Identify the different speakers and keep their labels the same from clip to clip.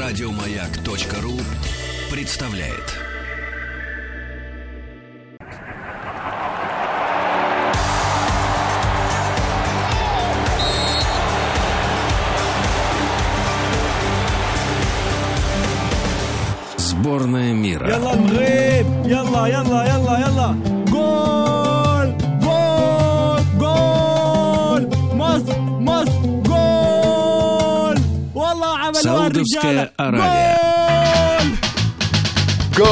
Speaker 1: Радиомаяк.ру представляет. Сборная мира.
Speaker 2: Yalla Андрей! Yalla yalla yalla yalla! Гол! Гол! Гол! Мост! Мост! Гол! والله عملوها
Speaker 1: Саудовская
Speaker 2: الرجالة.
Speaker 1: Аравия.
Speaker 2: Гол!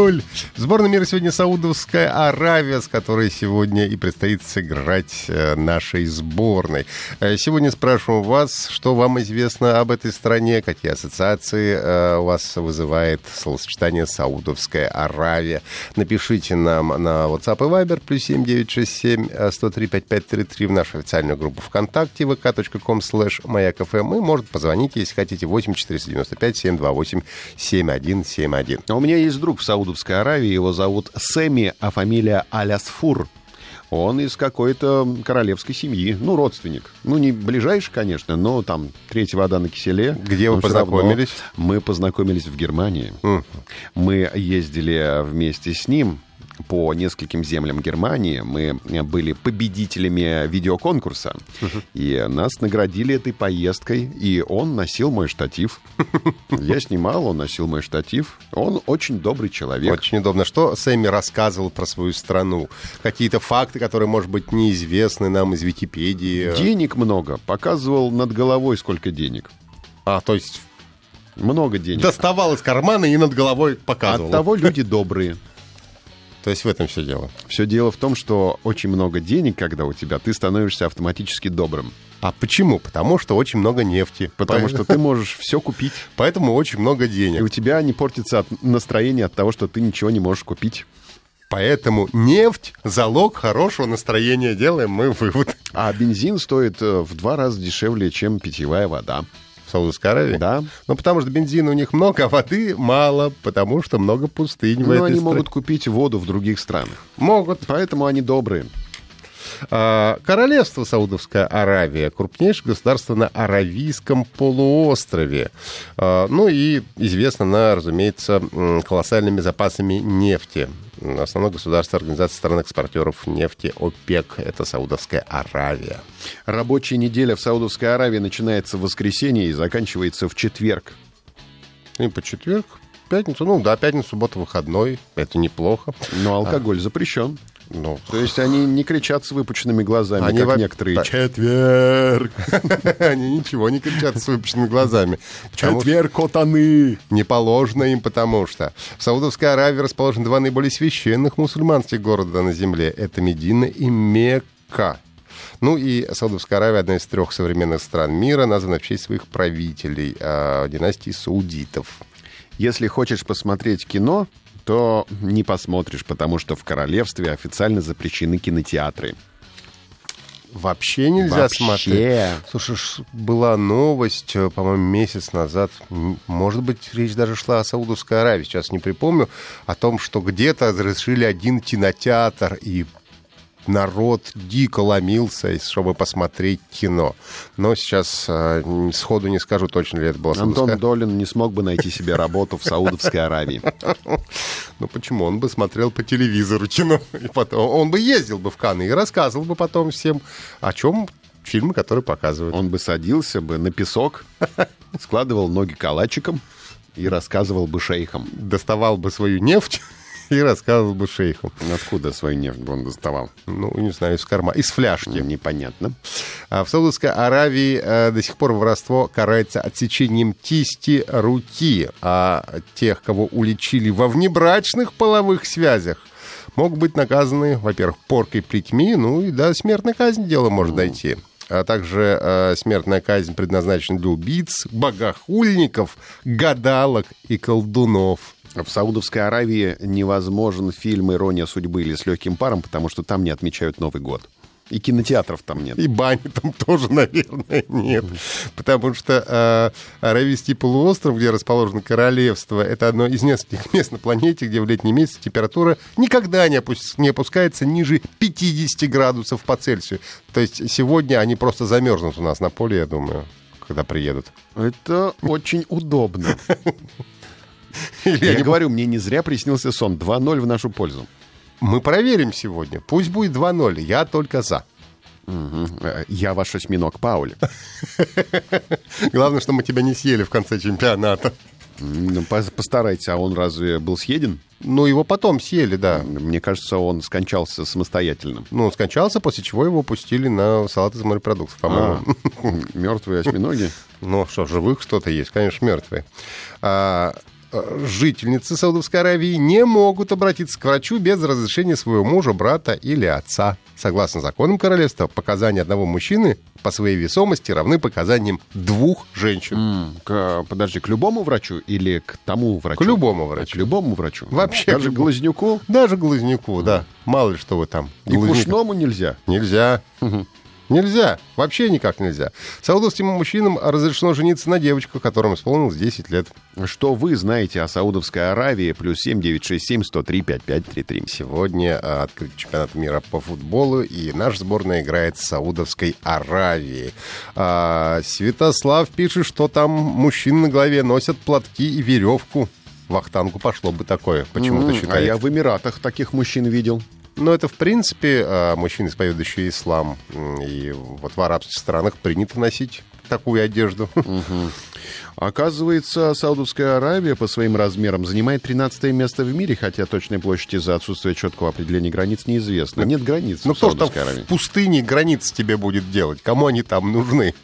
Speaker 3: Голь! Сборная мира сегодня Саудовская Аравия, с которой сегодня и предстоит сыграть э, нашей сборной. Э, Сегодня спрашиваем вас, что вам известно об этой стране, какие ассоциации э, у вас вызывает словосочетание Саудовская Аравия. Напишите нам на WhatsApp и Viber, плюс 7967 э, 103 5533 в нашу официальную группу ВКонтакте, vk.com slash mayak.fm эм. и, может, позвоните, если хотите, 8 495 728 7171.
Speaker 4: А У меня есть друг в Саудовской Аравии, его зовут Сэмми, а фамилия Алясфур. Он из какой-то королевской семьи, ну, родственник. Ну, не ближайший, конечно, но там третья вода на киселе.
Speaker 3: Где вы
Speaker 4: Но всё равно
Speaker 3: познакомились?
Speaker 4: Мы познакомились в Германии.
Speaker 3: М.
Speaker 4: Мы ездили вместе с ним по нескольким землям Германии. Мы были победителями видеоконкурса. И нас наградили этой поездкой. И он носил мой штатив. Я снимал, он носил мой штатив. Он очень добрый человек.
Speaker 3: Очень удобно. Что Сэмми рассказывал про свою страну? Какие-то факты, которые, может быть, неизвестны нам из Википедии.
Speaker 4: Денег много. Показывал над головой, сколько денег.
Speaker 3: А, то есть
Speaker 4: Много денег.
Speaker 3: доставал из кармана и над головой
Speaker 4: От
Speaker 3: показывал.
Speaker 4: того люди добрые.
Speaker 3: То есть в этом все дело.
Speaker 4: Все дело в том, что очень много денег, когда у тебя, ты становишься автоматически добрым.
Speaker 3: А почему? Потому что очень много нефти.
Speaker 4: Потому
Speaker 3: По-
Speaker 4: что ты можешь все купить.
Speaker 3: Поэтому очень много
Speaker 4: И у
Speaker 3: денег.
Speaker 4: тебя не портится от- настроение от того, что ты ничего не можешь купить.
Speaker 3: Поэтому нефть – залог хорошего настроения. Делаем мы вывод.
Speaker 4: А бензин стоит э, в два раза дешевле, чем питьевая вода.
Speaker 3: В Саудовской Аравии?
Speaker 4: Да.
Speaker 3: Ну, потому что бензина у них много, а воды мало, потому что много пустынь в
Speaker 4: Но
Speaker 3: этой
Speaker 4: они
Speaker 3: стра-
Speaker 4: могут купить воду в других странах.
Speaker 3: Могут.
Speaker 4: Поэтому они добрые.
Speaker 3: А, Королевство Саудовская Аравия, крупнейшее государство на Аравийском полуострове. А, Ну и известно она, разумеется, м, колоссальными запасами нефти. М, Основное государство Организации стран-экспортеров нефти ОПЕК – это Саудовская Аравия.
Speaker 4: Рабочая неделя в Саудовской Аравии начинается в воскресенье и заканчивается в четверг.
Speaker 3: И по четверг, пятницу, ну да, пятница, суббота, выходной, это неплохо.
Speaker 4: Но алкоголь запрещен.
Speaker 3: Ну,
Speaker 4: То есть они не кричат с выпученными глазами,
Speaker 3: Они
Speaker 4: как
Speaker 3: во-
Speaker 4: некоторые.
Speaker 3: Да.
Speaker 4: Четверг!
Speaker 3: они ничего не кричат с выпущенными глазами. потому что-
Speaker 4: Четверг, котаны!
Speaker 3: Не положено им, потому что в Саудовской Аравии расположены два наиболее священных мусульманских города на земле. Это Медина и Мекка. Ну и Саудовская Аравия одна из трех современных стран мира, названа в честь своих правителей а, династии саудитов.
Speaker 4: Если хочешь посмотреть кино, то не посмотришь, потому что в королевстве официально запрещены кинотеатры.
Speaker 3: Вообще нельзя
Speaker 4: Вообще.
Speaker 3: смотреть. Слушай, ш- была новость, э, по-моему, месяц назад. М, Может быть, речь даже шла о Саудовской Аравии, сейчас не припомню, о том, что где-то разрешили один кинотеатр, и народ дико ломился, и- чтобы посмотреть кино. Но сейчас э, м, сходу не скажу, точно ли это было
Speaker 4: Антон
Speaker 3: Саудовская-
Speaker 4: Долин не смог бы найти себе работу в Саудовской Аравии.
Speaker 3: Ну почему? Он бы смотрел по телевизору кино. И потом, он бы ездил бы в Канны и рассказывал бы потом всем, о чем фильмы, которые показывают.
Speaker 4: Он бы садился бы на песок, складывал ноги калачиком и рассказывал бы шейхам.
Speaker 3: доставал бы свою нефть и рассказывал бы шейху.
Speaker 4: Откуда свою нефть бы он доставал?
Speaker 3: Ну, не знаю, из карма, из фляжки.
Speaker 4: Непонятно.
Speaker 3: А в Саудовской Аравии э, до сих пор воровство карается отсечением кисти руки, а тех, кого уличили во внебрачных половых связях, могут быть наказаны, во-первых, поркой плетьми, ну и до смертной казни дело может дойти. А также э, смертная казнь предназначена для убийц, богохульников, гадалок и колдунов.
Speaker 4: В Саудовской Аравии невозможен фильм «Ирония судьбы» или «С легким паром», потому что там не отмечают Новый год. И кинотеатров там нет.
Speaker 3: И бани там тоже, наверное, нет. Потому что э, Аравийский полуостров, где расположено королевство, это одно из нескольких мест на планете, где в летний месяц температура никогда не, опус- не опускается ниже 50 градусов по Цельсию. То есть сегодня они просто замерзнут у нас на поле, я думаю. когда приедут.
Speaker 4: Это очень удобно. Я
Speaker 3: не-
Speaker 4: говорю, мне не зря приснился сон. 2-0 в нашу пользу.
Speaker 3: Мы проверим сегодня. Пусть будет 2-0. Я только за.
Speaker 4: Э, Я ваш осьминог, Пауль.
Speaker 3: Главное, что мы тебя не съели в конце чемпионата.
Speaker 4: Ну, пос- Постарайтесь, а он разве был съеден?
Speaker 3: Ну, его потом съели, да.
Speaker 4: Мне кажется, он скончался самостоятельно.
Speaker 3: Ну, он скончался, после чего его пустили на салат из морепродуктов,
Speaker 4: А.
Speaker 3: по-моему.
Speaker 4: Мертвые осьминоги.
Speaker 3: Ну что, живых что-то есть, конечно, мертвые. А, э, жительницы Саудовской Аравии не могут обратиться к врачу без разрешения своего мужа, брата или отца. Согласно законам королевства, показания одного мужчины по своей весомости равны показаниям двух женщин.
Speaker 4: М, к- Подожди, к любому врачу или к тому врачу?
Speaker 3: К любому
Speaker 4: А, К
Speaker 3: врачу.
Speaker 4: любому врачу.
Speaker 3: Вообще
Speaker 4: Даже
Speaker 3: к любому.
Speaker 4: глазнюку
Speaker 3: Даже глазняку, да. Мало ли что вы там.
Speaker 4: и
Speaker 3: глазнюка.
Speaker 4: кушному нельзя.
Speaker 3: Нельзя. Нельзя. Вообще никак нельзя. Саудовским мужчинам разрешено жениться на девочках, которым исполнилось 10 лет.
Speaker 4: Что вы знаете о Саудовской Аравии? Плюс 7 967 103 5533.
Speaker 3: Сегодня а, открыт чемпионат мира по футболу, и наша сборная играет с Саудовской Аравией. А, Святослав пишет, что там мужчин на голове носят платки и веревку. В Ахтангу пошло бы такое, почему-то
Speaker 4: М, А
Speaker 3: считает.
Speaker 4: я в Эмиратах таких мужчин видел.
Speaker 3: Но это, в принципе, а, мужчины, исповедующие ислам. М, И вот в арабских странах принято носить такую одежду.
Speaker 4: Оказывается, Саудовская Аравия по своим размерам занимает 13 место в мире, хотя точной площади за отсутствие четкого определения границ неизвестно. Нет границ
Speaker 3: Ну
Speaker 4: в
Speaker 3: кто ж там
Speaker 4: Саудовской
Speaker 3: в
Speaker 4: Аравии.
Speaker 3: пустыне границы тебе будет делать? Кому они там нужны?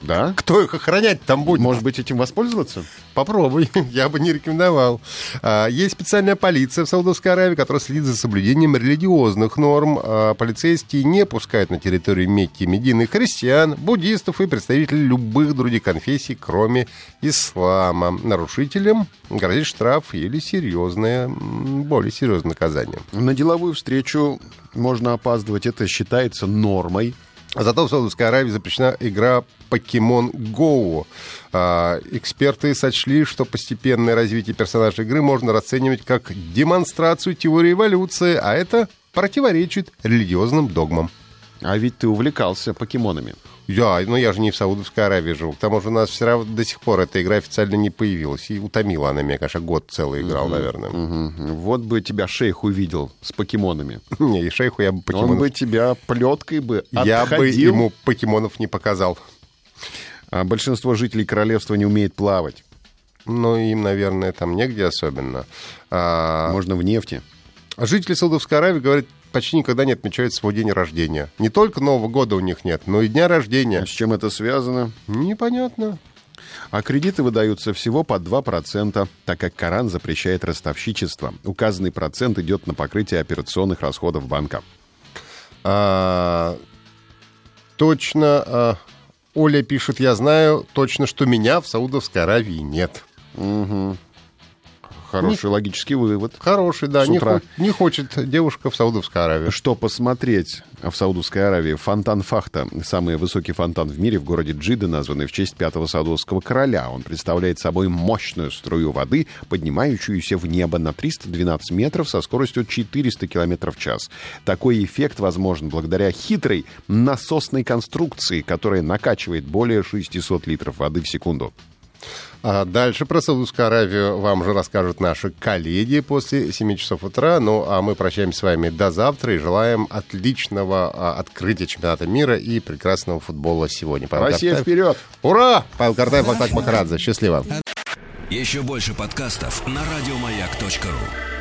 Speaker 4: Да?
Speaker 3: Кто их охранять там будет?
Speaker 4: Может быть, этим воспользоваться?
Speaker 3: Попробуй, я бы не рекомендовал. А, Есть специальная полиция в Саудовской Аравии, которая следит за соблюдением религиозных норм. А, Полицейские не пускают на территорию Мекки и Медины христиан, буддистов и представителей любых других конфессий, кроме ислама. Нарушителям грозит штраф или серьезное, м, более серьезное наказание.
Speaker 4: На деловую встречу можно опаздывать. Это считается нормой.
Speaker 3: А Зато в Саудовской Аравии запрещена игра Pokemon Go. А, Эксперты сочли, что постепенное развитие персонажа игры можно расценивать как демонстрацию теории эволюции, а это противоречит религиозным догмам.
Speaker 4: А ведь ты увлекался покемонами.
Speaker 3: Я, но я же не в Саудовской Аравии живу. К тому же у нас все равно до сих пор эта игра официально не появилась. И утомила она меня, конечно, год целый играл, наверное.
Speaker 4: Мгм. Вот бы тебя шейх увидел с покемонами.
Speaker 3: Не, Хм, и шейху я бы
Speaker 4: Ну, Он бы
Speaker 3: покемонов...
Speaker 4: тебя плеткой бы
Speaker 3: Я бы
Speaker 4: отходил.
Speaker 3: ему покемонов не показал.
Speaker 4: А большинство жителей королевства не умеет плавать.
Speaker 3: Ну, им, наверное, там негде особенно. А,
Speaker 4: Можно в нефти.
Speaker 3: А Жители Саудовской Аравии, говорят, почти никогда не отмечают свой день рождения. Не только Нового года у них нет, но и дня рождения.
Speaker 4: С чем это связано?
Speaker 3: Непонятно.
Speaker 4: А кредиты выдаются всего по 2%, так как Коран запрещает ростовщичество. Указанный процент идет на покрытие операционных расходов банка.
Speaker 3: А, точно, а, Оля пишет, я знаю точно, что меня в Саудовской Аравии нет.
Speaker 4: Хороший логический вывод.
Speaker 3: Хороший, да,
Speaker 4: С
Speaker 3: не,
Speaker 4: утра.
Speaker 3: хо- не хочет девушка в Саудовской Аравии.
Speaker 4: Что посмотреть в Саудовской Аравии? Фонтан Фахта. Самый высокий фонтан в мире в городе Джида, названный в честь пятого саудовского короля. Он представляет собой мощную струю воды, поднимающуюся в небо на 312 метров со скоростью 400 км в час. Такой эффект возможен благодаря хитрой насосной конструкции, которая накачивает более 600 литров воды в секунду.
Speaker 3: А дальше про Саудовскую Аравию вам же расскажут наши коллеги после 7 часов утра. Ну, а мы прощаемся с вами до завтра и желаем отличного а, открытия чемпионата мира и прекрасного футбола сегодня. Павел
Speaker 4: Россия
Speaker 3: Картаев.
Speaker 4: вперед!
Speaker 3: Ура! Павел Картаев, Ахтак Макарадзе. Счастливо!
Speaker 1: Еще больше подкастов на радиомаяк.ру.